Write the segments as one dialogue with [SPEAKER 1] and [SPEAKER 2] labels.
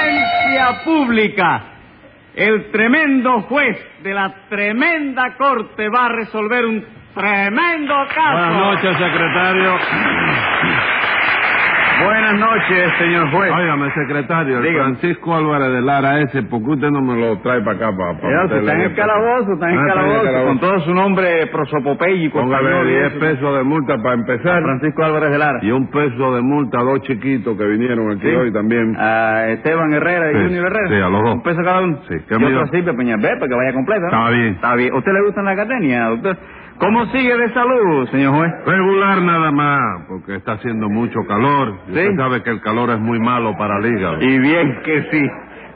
[SPEAKER 1] audiencia pública. El tremendo juez de la tremenda corte va a resolver un tremendo caso.
[SPEAKER 2] Buenas noches, secretario.
[SPEAKER 3] Buenas noches, señor juez.
[SPEAKER 2] Óigame, secretario, el
[SPEAKER 3] Pues, Dígame.
[SPEAKER 2] Francisco Álvarez de Lara ese, ¿por qué usted no me lo trae para acá? Para,
[SPEAKER 3] Ya, usted está en el calabozo, está en el
[SPEAKER 2] Ah, está en el
[SPEAKER 3] calabozo,
[SPEAKER 2] calabozo.
[SPEAKER 3] con todo su nombre prosopopéyico. español pues, y
[SPEAKER 2] Póngale 10
[SPEAKER 3] eso. Ah,
[SPEAKER 2] pesos de multa para empezar.
[SPEAKER 3] A Francisco Álvarez de Lara.
[SPEAKER 2] Y un peso de multa a dos chiquitos que vinieron aquí
[SPEAKER 3] Sí. Ah,
[SPEAKER 2] hoy también.
[SPEAKER 3] A Esteban Herrera y
[SPEAKER 2] Sí,
[SPEAKER 3] Junior Herrera.
[SPEAKER 2] sí, a los dos.
[SPEAKER 3] Un peso cada uno.
[SPEAKER 2] Sí,
[SPEAKER 3] ¿Qué
[SPEAKER 2] ¿qué
[SPEAKER 3] y
[SPEAKER 2] mío?
[SPEAKER 3] otro sí, pues, Peña para que vaya completa. ¿no?
[SPEAKER 2] Está bien.
[SPEAKER 3] Está bien. ¿Usted le gusta la academia, doctor? ¿Cómo sigue de salud, señor juez?
[SPEAKER 2] Regular nada más, porque está haciendo mucho calor. Y
[SPEAKER 3] Sí.
[SPEAKER 2] Usted sabe que el calor es muy malo para el hígado.
[SPEAKER 3] Y bien que sí.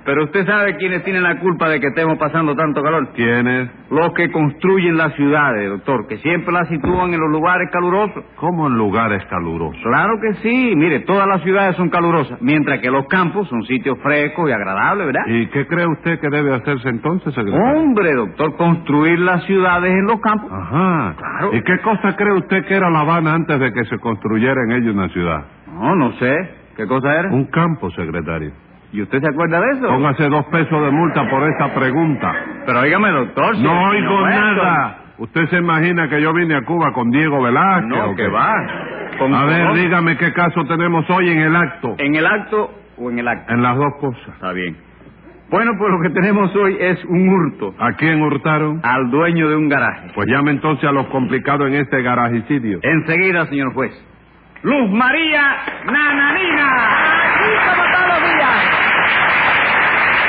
[SPEAKER 3] Pero usted sabe quiénes tienen la culpa de que estemos pasando tanto calor.
[SPEAKER 2] ¿Quién es?
[SPEAKER 3] Los que construyen las ciudades, doctor, que siempre las sitúan en los lugares calurosos.
[SPEAKER 2] ¿Cómo en lugares calurosos?
[SPEAKER 3] Claro que sí, mire, todas las ciudades son calurosas, mientras que los campos son sitios frescos y agradables, ¿verdad?
[SPEAKER 2] ¿Y qué cree usted que debe hacerse entonces, secretario?
[SPEAKER 3] Hombre, doctor, construir las ciudades en los campos.
[SPEAKER 2] Ajá.
[SPEAKER 3] Claro.
[SPEAKER 2] ¿Y qué cosa cree usted que era La Habana antes de que se construyera en ella una ciudad?
[SPEAKER 3] No, no sé. ¿Qué cosa era?
[SPEAKER 2] Un campo, secretario.
[SPEAKER 3] ¿Y usted se acuerda de eso?
[SPEAKER 2] Póngase dos pesos de multa por esta pregunta.
[SPEAKER 3] Pero oígame, doctor. si
[SPEAKER 2] No
[SPEAKER 3] el
[SPEAKER 2] oigo
[SPEAKER 3] señor Weston-
[SPEAKER 2] nada. ¿Usted se imagina que yo vine a Cuba con Diego Velázquez?
[SPEAKER 3] No,
[SPEAKER 2] o
[SPEAKER 3] que
[SPEAKER 2] qué?
[SPEAKER 3] va. Con-
[SPEAKER 2] A ver,
[SPEAKER 3] con-
[SPEAKER 2] dígame qué caso tenemos hoy en el acto.
[SPEAKER 3] ¿En el acto o en el acto?
[SPEAKER 2] En las dos cosas.
[SPEAKER 3] Está bien. Bueno, pues lo que tenemos hoy es un hurto
[SPEAKER 2] ¿A quién hurtaron?
[SPEAKER 3] al dueño de un garaje.
[SPEAKER 2] Pues llame entonces a los complicados en este garajicidio.
[SPEAKER 3] Enseguida, señor juez.
[SPEAKER 1] Luz María Nananina. Aquí como todos los días.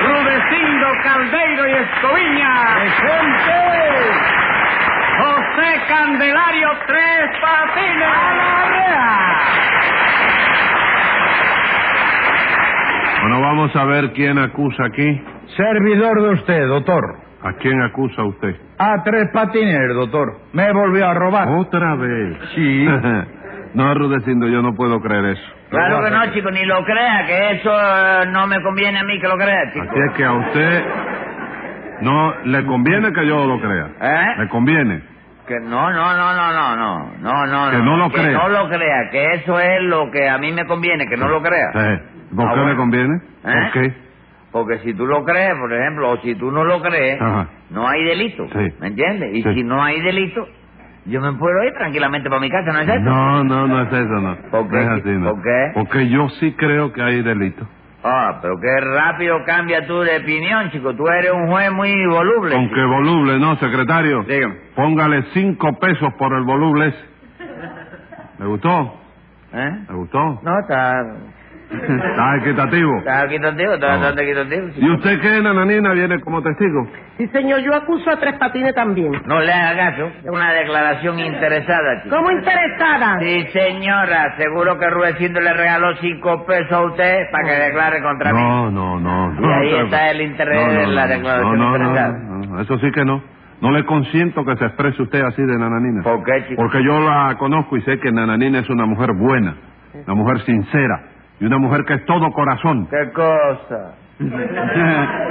[SPEAKER 1] Rudecindo Caldeiro y Escoviña. José Candelario Tres Patines.
[SPEAKER 2] Bueno, vamos a ver quién acusa aquí.
[SPEAKER 4] Servidor de usted, doctor.
[SPEAKER 2] ¿A quién acusa usted?
[SPEAKER 4] A tres patines, doctor. Me volvió a robar.
[SPEAKER 5] Uh.
[SPEAKER 2] Otra vez.
[SPEAKER 4] Sí.
[SPEAKER 2] no, Rudecindo, yo no puedo creer eso.
[SPEAKER 5] Claro que no, chico, ni lo crea, que eso eh, no me conviene a mí que lo crea, chico.
[SPEAKER 2] Así es que a usted no le conviene que yo lo crea.
[SPEAKER 5] ¿Eh?
[SPEAKER 2] Le conviene.
[SPEAKER 5] Que no, no, no, no, no, no, no, no.
[SPEAKER 2] Que no lo
[SPEAKER 5] que
[SPEAKER 2] crea.
[SPEAKER 5] no lo crea, que eso es lo que a mí me conviene, que no lo crea.
[SPEAKER 2] Eh, ¿Por
[SPEAKER 5] Ah,
[SPEAKER 2] qué le
[SPEAKER 5] bueno.
[SPEAKER 2] conviene?
[SPEAKER 5] ¿Eh?
[SPEAKER 2] ¿Por qué?
[SPEAKER 5] Porque si tú lo crees, por ejemplo, o si tú no lo crees,
[SPEAKER 2] Ajá.
[SPEAKER 5] no hay delito,
[SPEAKER 2] Sí.
[SPEAKER 5] ¿me entiendes? Y
[SPEAKER 2] Sí.
[SPEAKER 5] si no hay delito, yo me puedo ir tranquilamente para mi casa, ¿no es eso?
[SPEAKER 2] No, no, no es eso, no.
[SPEAKER 5] ¿Por qué?
[SPEAKER 2] No es así, no.
[SPEAKER 5] ¿Por qué?
[SPEAKER 2] Porque yo sí creo que hay delito.
[SPEAKER 5] Ah, pero qué rápido cambia tú de opinión, chico. Tú eres un juez muy voluble.
[SPEAKER 2] Aunque
[SPEAKER 5] chico.
[SPEAKER 2] voluble, ¿no, secretario?
[SPEAKER 3] Dígame.
[SPEAKER 2] Póngale cinco pesos por el voluble ese. ¿Le gustó?
[SPEAKER 5] ¿Eh?
[SPEAKER 2] ¿Le gustó?
[SPEAKER 5] No, está...
[SPEAKER 2] Está equitativo.
[SPEAKER 5] Está quitativo, está
[SPEAKER 2] Ah, bueno.
[SPEAKER 5] bastante quitativo. chico.
[SPEAKER 2] ¿Y usted qué, nananina, viene como testigo?
[SPEAKER 6] Sí, señor, yo acuso a Tres Patines también.
[SPEAKER 5] No le haga caso. Es una declaración interesada, chico.
[SPEAKER 6] Como interesada.
[SPEAKER 5] Sí, señora. Seguro que Rudecindo le regaló cinco pesos a usted para que declare contra mí.
[SPEAKER 2] No, no, no.
[SPEAKER 5] Y
[SPEAKER 2] no,
[SPEAKER 5] ahí
[SPEAKER 2] no,
[SPEAKER 5] está el interés de la declaración
[SPEAKER 2] no, no,
[SPEAKER 5] interesada.
[SPEAKER 2] no, no, eso sí que no. No le consiento que se exprese usted así de Nananina.
[SPEAKER 5] ¿Por qué, chico?
[SPEAKER 2] Porque yo la conozco y sé que Nananina es una mujer buena, una mujer sincera y una mujer que es todo corazón.
[SPEAKER 5] ¿Qué cosa?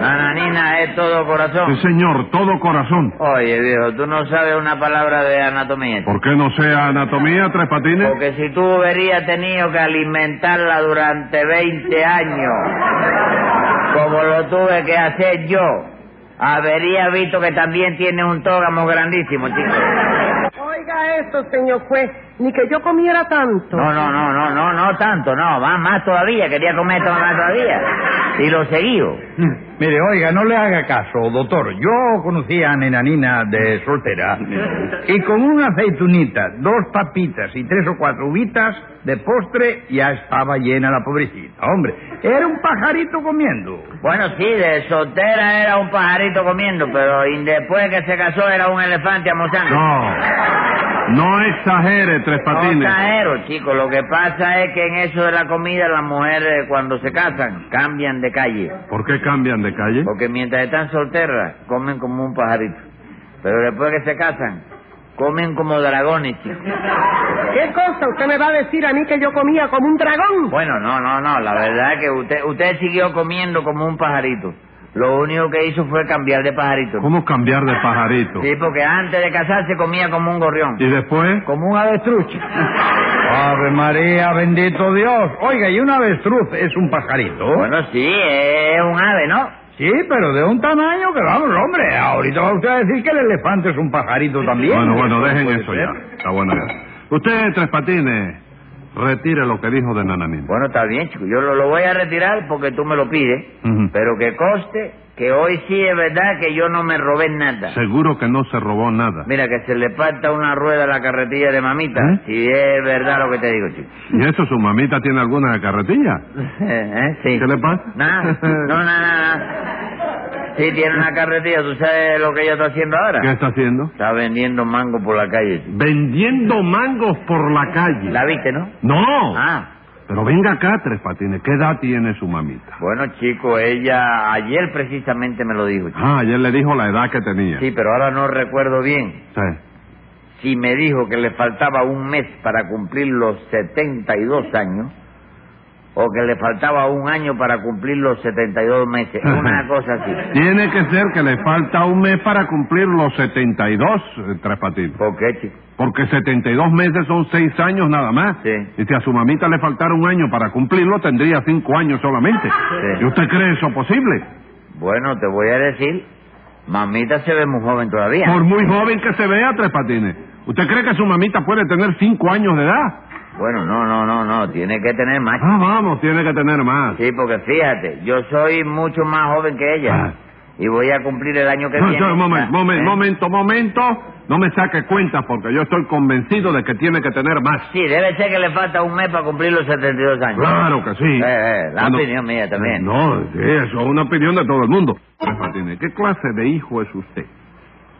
[SPEAKER 5] Nananina es todo
[SPEAKER 2] Sí,
[SPEAKER 5] corazón.
[SPEAKER 2] señor, todo corazón.
[SPEAKER 5] Oye, viejo, tú no sabes una palabra de anatomía. chico.
[SPEAKER 2] ¿Por qué no sea anatomía, tres patines?
[SPEAKER 5] Porque si tú hubieras tenido que alimentarla durante 20 años, como lo tuve que hacer yo, habría visto que también tiene un tógamo grandísimo, chico.
[SPEAKER 6] Oiga esto, señor juez, ni que yo comiera tanto.
[SPEAKER 5] No, no, no, no, no, no tanto, no, más, más todavía, quería comer todo más todavía. Y lo seguido.
[SPEAKER 4] Mire, oiga, no le haga caso, doctor. Yo conocí a Nenanina de soltera y con una aceitunita, dos papitas y tres o cuatro uvitas de postre ya estaba llena la pobrecita. Hombre, era un pajarito comiendo.
[SPEAKER 5] Bueno, sí, de soltera era un pajarito comiendo, pero y después que se casó era un elefante amosando.
[SPEAKER 2] No. No exagere, tres
[SPEAKER 5] No
[SPEAKER 2] patines.
[SPEAKER 5] exagero, chico. Lo que pasa es que en eso de la comida las mujeres cuando se casan cambian de calle.
[SPEAKER 2] ¿Por qué cambian de calle?
[SPEAKER 5] Porque mientras están solteras comen como un pajarito. Pero después que se casan comen como dragones, chico.
[SPEAKER 6] ¿Qué cosa usted me va a decir a mí que yo comía como un dragón?
[SPEAKER 5] Bueno, no, no, no. La verdad es que usted, usted siguió comiendo como un pajarito. Lo único que hizo fue cambiar de pajarito.
[SPEAKER 2] ¿Cómo cambiar de pajarito?
[SPEAKER 5] Sí, porque antes de casarse comía como un gorrión.
[SPEAKER 2] ¿Y después?
[SPEAKER 5] Como un avestruz. chico.
[SPEAKER 4] Ave María, bendito Dios. Oiga, ¿y un avestruz es un pajarito?
[SPEAKER 5] Bueno, sí, es un ave, ¿no?
[SPEAKER 4] Sí, pero de un tamaño que vamos, hombre. Ahorita va usted a decir que el elefante es un pajarito también.
[SPEAKER 2] Bueno, bueno,
[SPEAKER 4] ¿Eso
[SPEAKER 2] dejen
[SPEAKER 4] puede
[SPEAKER 2] eso
[SPEAKER 4] ser?
[SPEAKER 2] ya. Está bueno ya. Usted, Tres Patines, retire lo que dijo de Nananina.
[SPEAKER 5] Bueno, está bien, chico. Yo lo, lo voy a retirar porque tú me lo pides.
[SPEAKER 2] Ujú.
[SPEAKER 5] Pero que coste que hoy sí es verdad que yo no me robé nada.
[SPEAKER 2] Seguro que no se robó nada.
[SPEAKER 5] Mira, que se le parta una rueda a la carretilla de mamita.
[SPEAKER 2] ¿Eh?
[SPEAKER 5] Si es verdad lo que te digo, chico.
[SPEAKER 2] ¿Y eso su mamita tiene alguna carretilla?
[SPEAKER 5] ¿Eh? Sí.
[SPEAKER 2] ¿Qué le pasa?
[SPEAKER 5] Nada, no, nada, nada. Sí, tiene una carretilla. ¿Tú sabes lo que ella está haciendo ahora?
[SPEAKER 2] ¿Qué está haciendo?
[SPEAKER 5] Está vendiendo mango por la calle, chico.
[SPEAKER 2] Vendiendo mangos por la calle.
[SPEAKER 5] ¿La viste, no?
[SPEAKER 2] No.
[SPEAKER 5] Ah.
[SPEAKER 2] Pero venga acá, Tres Patines. ¿Qué edad tiene su mamita?
[SPEAKER 5] Bueno, chico, ella ayer precisamente me lo dijo, chico.
[SPEAKER 2] Ah, ayer le dijo la edad que tenía.
[SPEAKER 5] Sí, pero ahora no recuerdo bien.
[SPEAKER 2] Sí.
[SPEAKER 5] Si me dijo que le faltaba un mes para cumplir los 72 años, o que le faltaba un año para cumplir los 72 meses, una cosa así.
[SPEAKER 2] Tiene que ser que le falta un mes para cumplir los 72, eh, Tres Patines.
[SPEAKER 5] ¿Por qué, chico?
[SPEAKER 2] Porque 72 meses son 6 años nada más.
[SPEAKER 5] Sí.
[SPEAKER 2] Y si a su mamita le faltara un año para cumplirlo, tendría 5 años solamente.
[SPEAKER 5] Sí.
[SPEAKER 2] ¿Y usted cree eso posible?
[SPEAKER 5] Bueno, te voy a decir, mamita se ve muy joven todavía.
[SPEAKER 2] Por muy joven que se vea, Tres Patines. ¿Usted cree que su mamita puede tener 5 años de edad?
[SPEAKER 5] Bueno, no, no, no, no, tiene que tener más.
[SPEAKER 2] Ah, vamos, tiene que tener más.
[SPEAKER 5] Sí, porque fíjate, yo soy mucho más joven que
[SPEAKER 2] Ah.
[SPEAKER 5] ella. Y voy a cumplir el año que
[SPEAKER 2] No,
[SPEAKER 5] viene.
[SPEAKER 2] no, momento, momento,
[SPEAKER 5] ¿Eh?
[SPEAKER 2] momento, momento. No me saque cuentas porque yo estoy convencido de que tiene que tener más.
[SPEAKER 5] Sí, debe ser que le falta un mes para cumplir los 72 años.
[SPEAKER 2] Claro que sí.
[SPEAKER 5] Eh, eh, la
[SPEAKER 2] Cuando-
[SPEAKER 5] opinión mía también.
[SPEAKER 2] No, sí, eso es una opinión de todo el mundo. Tres Patines, ¿qué clase de hijo es usted?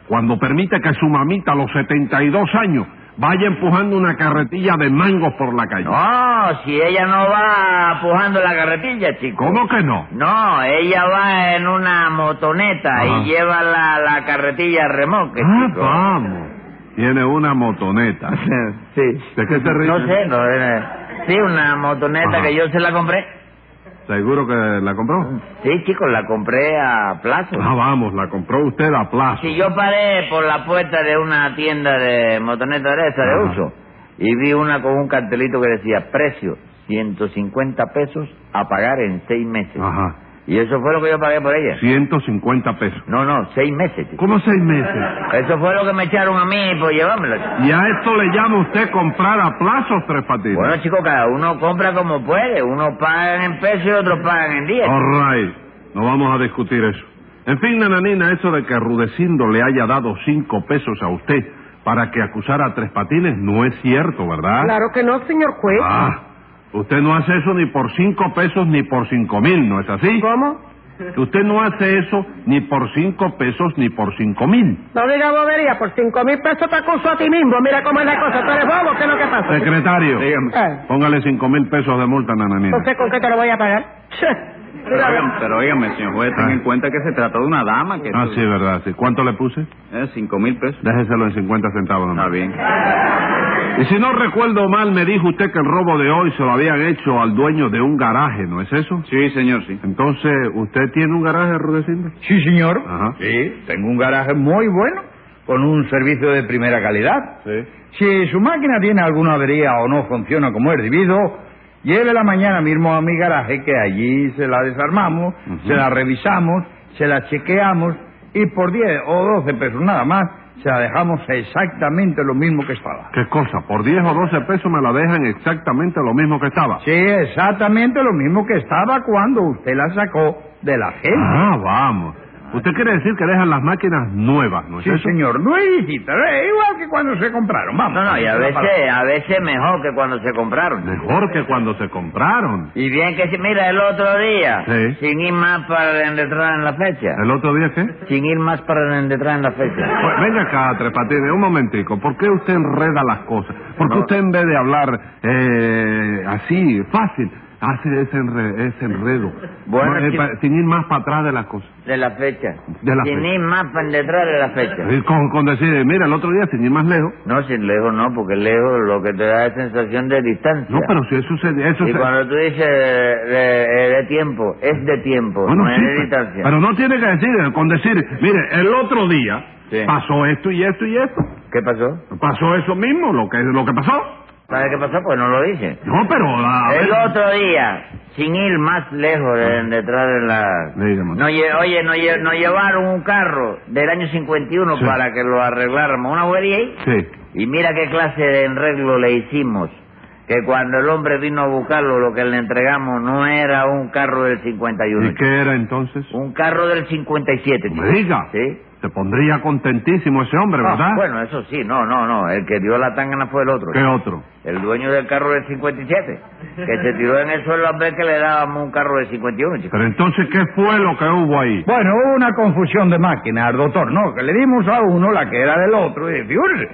[SPEAKER 2] Cuando permite que su mamita a los 72 años vaya empujando una carretilla de mangos por la calle.
[SPEAKER 5] No, si ella no va pujando la carretilla, chico.
[SPEAKER 2] ¿Cómo que no?
[SPEAKER 5] No, ella va en una motoneta
[SPEAKER 2] Ajá.
[SPEAKER 5] y lleva la, la carretilla a remolque,
[SPEAKER 2] ah,
[SPEAKER 5] chico.
[SPEAKER 2] vamos. Tiene una motoneta.
[SPEAKER 5] Sí.
[SPEAKER 2] ¿De qué se ríe?
[SPEAKER 5] No sé, no, eh, sí, una motoneta
[SPEAKER 2] Ajá.
[SPEAKER 5] que yo se la compré.
[SPEAKER 2] ¿Seguro que la compró?
[SPEAKER 5] Sí, chico, la compré a plazo.
[SPEAKER 2] Ah, vamos, la compró usted a plazo.
[SPEAKER 5] Si yo paré por la puerta de una tienda de motonetas de esa de
[SPEAKER 2] Ajá.
[SPEAKER 5] uso y vi una con un cartelito que decía precio 150 pesos a pagar en seis meses.
[SPEAKER 2] Ajá.
[SPEAKER 5] Y eso fue lo que yo pagué por ella.
[SPEAKER 2] 150 pesos.
[SPEAKER 5] No, no, seis meses. chico.
[SPEAKER 2] ¿Cómo seis meses?
[SPEAKER 5] Eso fue lo que me echaron a mí por llevármelo.
[SPEAKER 2] ¿Y a esto le llama usted comprar a plazos, Tres Patines?
[SPEAKER 5] Bueno, chicos, cada uno compra como puede. Unos pagan en pesos y otros pagan en diez.
[SPEAKER 2] All right. No vamos a discutir eso. En fin, nananina, eso de que Rudecindo le haya dado cinco pesos a usted para que acusara a Tres Patines no es cierto, ¿verdad?
[SPEAKER 6] Claro que no, señor juez.
[SPEAKER 2] Ah, usted no hace eso ni por cinco pesos ni por cinco mil, ¿no es así?
[SPEAKER 6] ¿Cómo?
[SPEAKER 2] Usted no hace eso ni por cinco pesos ni por cinco mil.
[SPEAKER 6] No diga bobería, por cinco mil pesos te acuso a ti mismo. Mira cómo es la cosa. ¿Tú eres bobo? ¿Qué es lo que pasa?
[SPEAKER 2] Secretario,
[SPEAKER 4] Eh.
[SPEAKER 6] Ah.
[SPEAKER 2] póngale cinco mil pesos de multa, nananina.
[SPEAKER 6] Entonces, ¿con qué te lo voy a pagar? Che,
[SPEAKER 3] Pero
[SPEAKER 6] mira,
[SPEAKER 3] óigame, pero óigame, señor juez, tenga
[SPEAKER 2] Ah.
[SPEAKER 3] en cuenta que se trató de una dama que...
[SPEAKER 2] Ah, sí, verdad, sí. ¿Cuánto le puse?
[SPEAKER 3] Eh, cinco mil pesos.
[SPEAKER 2] Déjeselo en 50 centavos.
[SPEAKER 3] Está
[SPEAKER 2] nomás.
[SPEAKER 3] bien.
[SPEAKER 2] Y si no recuerdo mal, me dijo usted que el robo de hoy se lo habían hecho al dueño de un garaje, ¿no es eso?
[SPEAKER 3] Sí, señor, sí.
[SPEAKER 2] Entonces, ¿usted tiene un garaje, Rudecindo?
[SPEAKER 4] Sí, señor.
[SPEAKER 2] Ajá.
[SPEAKER 4] Sí, tengo un garaje muy bueno, con un servicio de primera calidad.
[SPEAKER 2] Sí.
[SPEAKER 4] Si su máquina tiene alguna avería o no funciona como es debido, llévela mañana mismo a mi garaje que allí se la desarmamos,
[SPEAKER 2] Ujú.
[SPEAKER 4] se la revisamos, se la chequeamos y por 10 o 12 pesos nada más se la dejamos exactamente lo mismo que estaba.
[SPEAKER 2] ¿Qué cosa? Por 10 o 12 pesos me la dejan exactamente lo mismo que estaba.
[SPEAKER 4] Sí, exactamente lo mismo que estaba cuando usted la sacó de la gente.
[SPEAKER 2] Ah, vamos. Usted quiere decir que dejan las máquinas nuevas, ¿no es
[SPEAKER 4] Sí,
[SPEAKER 2] eso?
[SPEAKER 4] señor, no igual que cuando se compraron, vamos.
[SPEAKER 5] No, no, y a veces, a veces mejor que cuando se compraron.
[SPEAKER 2] Mejor que cuando se compraron.
[SPEAKER 5] Y bien que si, mira, el otro día,
[SPEAKER 2] Sí.
[SPEAKER 5] sin ir más para en detrás en la fecha.
[SPEAKER 2] ¿El otro día qué?
[SPEAKER 5] Sin ir más para en detrás en la fecha.
[SPEAKER 2] Pues, venga acá, Tres Patines, un momentico. ¿Por qué usted enreda las cosas? Porque
[SPEAKER 5] No.
[SPEAKER 2] usted en vez de hablar eh, así, fácil, hace ese, enre- ese enredo.
[SPEAKER 5] Bueno,
[SPEAKER 2] No, eh,
[SPEAKER 5] sí.
[SPEAKER 2] pa- sin ir más para atrás de las cosas.
[SPEAKER 5] De la fecha.
[SPEAKER 2] De la
[SPEAKER 5] sin
[SPEAKER 2] fecha.
[SPEAKER 5] ir más para detrás de la fecha.
[SPEAKER 2] Y Con, con decir, eh, mira, el otro día sin ir más lejos.
[SPEAKER 5] No, sin lejos no, porque lejos lo que te da es sensación de distancia.
[SPEAKER 2] No, pero si eso se... Eso
[SPEAKER 5] Y
[SPEAKER 2] se-
[SPEAKER 5] cuando tú dices de, de- de tiempo, es de tiempo,
[SPEAKER 2] Bueno,
[SPEAKER 5] no
[SPEAKER 2] Ah, sí, pues,
[SPEAKER 5] es de
[SPEAKER 2] pero-
[SPEAKER 5] distancia.
[SPEAKER 2] pero no tiene que decir, eh, con decir, mire, el otro día
[SPEAKER 5] Sí.
[SPEAKER 2] pasó esto y esto y esto.
[SPEAKER 5] ¿Qué pasó?
[SPEAKER 2] Pasó eso mismo, lo que, lo que pasó.
[SPEAKER 5] ¿Sabe qué pasó? Pues no lo dice.
[SPEAKER 2] No, pero... a ver- Ah.
[SPEAKER 5] El otro día, sin ir más lejos de- detrás de la...
[SPEAKER 2] Dígame.
[SPEAKER 5] No, lle- oye, nos, lle- nos llevaron un carro del año 51
[SPEAKER 2] Sí.
[SPEAKER 5] para que lo arregláramos. Una bobería ahí.
[SPEAKER 2] Sí.
[SPEAKER 5] Y mira qué clase de enreglo le hicimos. Que cuando el hombre vino a buscarlo, lo que le entregamos no era un carro del 51.
[SPEAKER 2] ¿Y qué era entonces?
[SPEAKER 5] Un carro del 57.
[SPEAKER 2] No
[SPEAKER 5] chico.
[SPEAKER 2] me diga.
[SPEAKER 5] Sí.
[SPEAKER 2] Se pondría contentísimo ese hombre,
[SPEAKER 5] Ah,
[SPEAKER 2] ¿verdad?
[SPEAKER 5] bueno, eso sí, no, no, no. El que dio la tangana fue el otro.
[SPEAKER 2] ¿Qué otro?
[SPEAKER 5] El dueño del carro del 57. Que se tiró en el suelo a ver que le dábamos un carro del 51, chico.
[SPEAKER 2] Pero entonces, ¿qué fue lo que hubo ahí?
[SPEAKER 4] Bueno, hubo una confusión de máquinas, doctor. No, que le dimos a uno la que era del otro, y fíjese.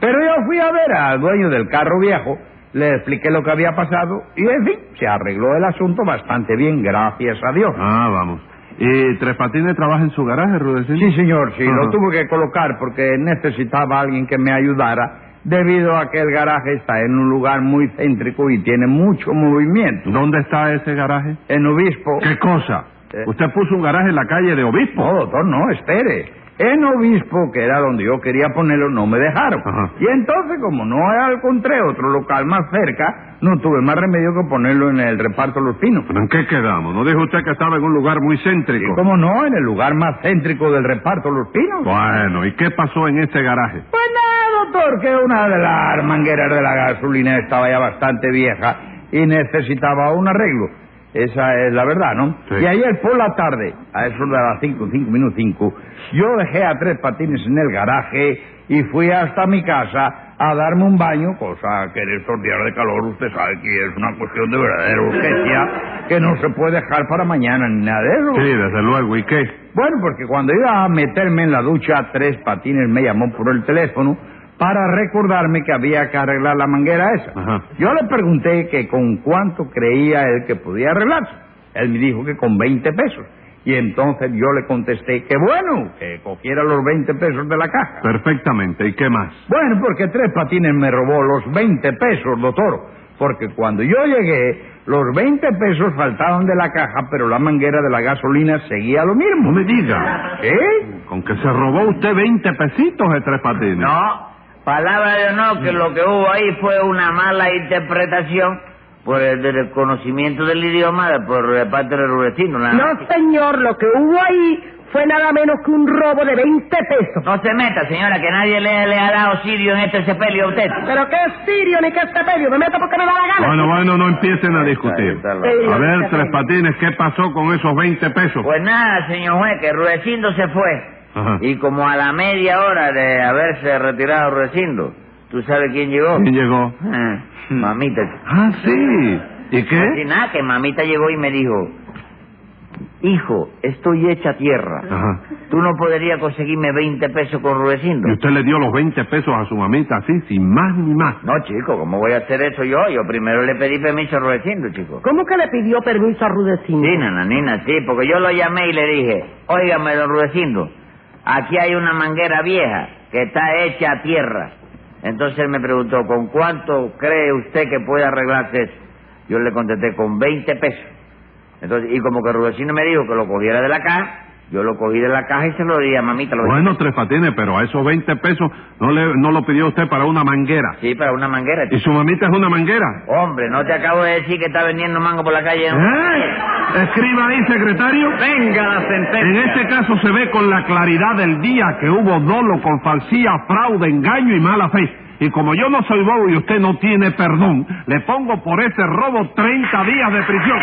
[SPEAKER 4] Pero yo fui a ver al dueño del carro viejo, le expliqué lo que había pasado, y en fin, se arregló el asunto bastante bien, gracias a Dios.
[SPEAKER 2] Ah, vamos. ¿Y Tres Patines trabaja en su garaje, Rudecindo?
[SPEAKER 4] Sí, señor, sí,
[SPEAKER 2] Ajá.
[SPEAKER 4] lo tuve que colocar porque necesitaba a alguien que me ayudara, debido a que el garaje está en un lugar muy céntrico y tiene mucho movimiento.
[SPEAKER 2] ¿Dónde está ese garaje?
[SPEAKER 4] En Obispo.
[SPEAKER 2] ¿Qué cosa?
[SPEAKER 4] Eh.
[SPEAKER 2] Usted puso un garaje en la calle de Obispo.
[SPEAKER 4] No, doctor, no, espere. En Obispo, que era donde yo quería ponerlo, no me dejaron.
[SPEAKER 2] Ajá.
[SPEAKER 4] Y entonces, como no encontré otro local más cerca, no tuve más remedio que ponerlo en el reparto Los Pinos.
[SPEAKER 2] ¿Pero en qué quedamos? ¿No dijo usted que estaba en un lugar muy céntrico?
[SPEAKER 4] ¿Y cómo no? En el lugar más céntrico del reparto Los Pinos.
[SPEAKER 2] Bueno, ¿y qué pasó en ese garaje?
[SPEAKER 4] Pues nada, doctor, que una de las mangueras de la gasolina estaba ya bastante vieja y necesitaba un arreglo. Esa es la verdad, ¿no?
[SPEAKER 2] Sí.
[SPEAKER 4] Y ayer por la tarde, a eso de las 5, 5 minutos 5, yo dejé a tres patines en el garaje y fui hasta mi casa a darme un baño, cosa que en estos días de calor usted sabe que es una cuestión de verdadera urgencia, que no se puede dejar para mañana ni nada de eso.
[SPEAKER 2] Sí, desde luego, ¿y qué?
[SPEAKER 4] Bueno, porque cuando iba a meterme en la ducha, Tres Patines me llamó por el teléfono para recordarme que había que arreglar la manguera esa.
[SPEAKER 2] Ajá.
[SPEAKER 4] Yo le pregunté que con cuánto creía él que podía arreglarse. Él me dijo que con 20 pesos. Y entonces yo le contesté que bueno, que cogiera los 20 pesos de la caja.
[SPEAKER 2] Perfectamente, ¿y qué más?
[SPEAKER 4] Bueno, porque Tres Patines me robó los 20 pesos, doctor. Porque cuando yo llegué, los 20 pesos faltaban de la caja, pero la manguera de la gasolina seguía
[SPEAKER 2] No
[SPEAKER 4] lo mismo.
[SPEAKER 2] me diga.
[SPEAKER 4] ¿Eh?
[SPEAKER 2] Con que se robó usted 20 pesitos de Tres Patines.
[SPEAKER 5] No, palabra de honor que lo que hubo ahí fue una mala interpretación por el desconocimiento del idioma de- por eh, parte del rudecindo. nada más.
[SPEAKER 6] No, señor, lo que hubo ahí fue nada menos que un robo de 20 pesos.
[SPEAKER 5] No se meta, señora, que nadie le, le ha dado sirio en este sepelio a usted.
[SPEAKER 6] Pero qué sirio ni qué sepelio, me meto porque me da la gana.
[SPEAKER 2] Bueno, bueno, no empiecen a discutir.
[SPEAKER 5] Está- está la-
[SPEAKER 6] Sí.
[SPEAKER 2] A ver, Tres Patines, ¿qué pasó con esos 20 pesos?
[SPEAKER 5] Pues nada, señor juez, que Rudecindo se fue.
[SPEAKER 2] Ajá.
[SPEAKER 5] Y como a la media hora de haberse retirado Rudecindo, ¿tú sabes quién llegó?
[SPEAKER 2] ¿Quién llegó?
[SPEAKER 5] Ah, Mamita.
[SPEAKER 2] Ah, sí. ¿Y
[SPEAKER 5] Así
[SPEAKER 2] qué?
[SPEAKER 5] nada, que mamita llegó y me dijo, hijo, estoy hecha tierra.
[SPEAKER 2] Ajá.
[SPEAKER 5] Tú no podrías conseguirme 20 pesos con Rudecindo.
[SPEAKER 2] ¿Y usted le dio los 20 pesos a su mamita así, sin más ni más?
[SPEAKER 5] No, chico, ¿cómo voy a hacer eso yo? Yo primero le pedí permiso a Rudecindo, chico.
[SPEAKER 6] ¿Cómo que le pidió permiso a Rudecindo?
[SPEAKER 5] Sí, nananina, sí, porque yo lo llamé y le dije, óigame, don Rudecindo, aquí hay una manguera vieja que está hecha a tierra. Entonces él me preguntó, ¿con cuánto cree usted que puede arreglarse eso? Yo le contesté, con 20 pesos. Entonces, y como que Rudecindo me dijo que lo cogiera de la caja, yo lo cogí de la caja y se lo di a mamita. Lo
[SPEAKER 2] Bueno, Tres Patines, pero a esos 20 pesos no, le, no lo pidió usted para una manguera.
[SPEAKER 5] Sí, para una manguera,
[SPEAKER 2] ¿Y
[SPEAKER 5] chico.
[SPEAKER 2] su mamita es una manguera?
[SPEAKER 5] Hombre, ¿no te acabo de decir que está vendiendo mango por la calle?
[SPEAKER 2] ¿Eh? Escriba ahí, secretario.
[SPEAKER 1] Venga la
[SPEAKER 2] En
[SPEAKER 1] sentencia.
[SPEAKER 2] este caso se ve con la claridad del día que hubo dolo con falsía, fraude, engaño y mala fe. Y como yo no soy bobo y usted no tiene perdón, le pongo por ese robo 30 días de prisión.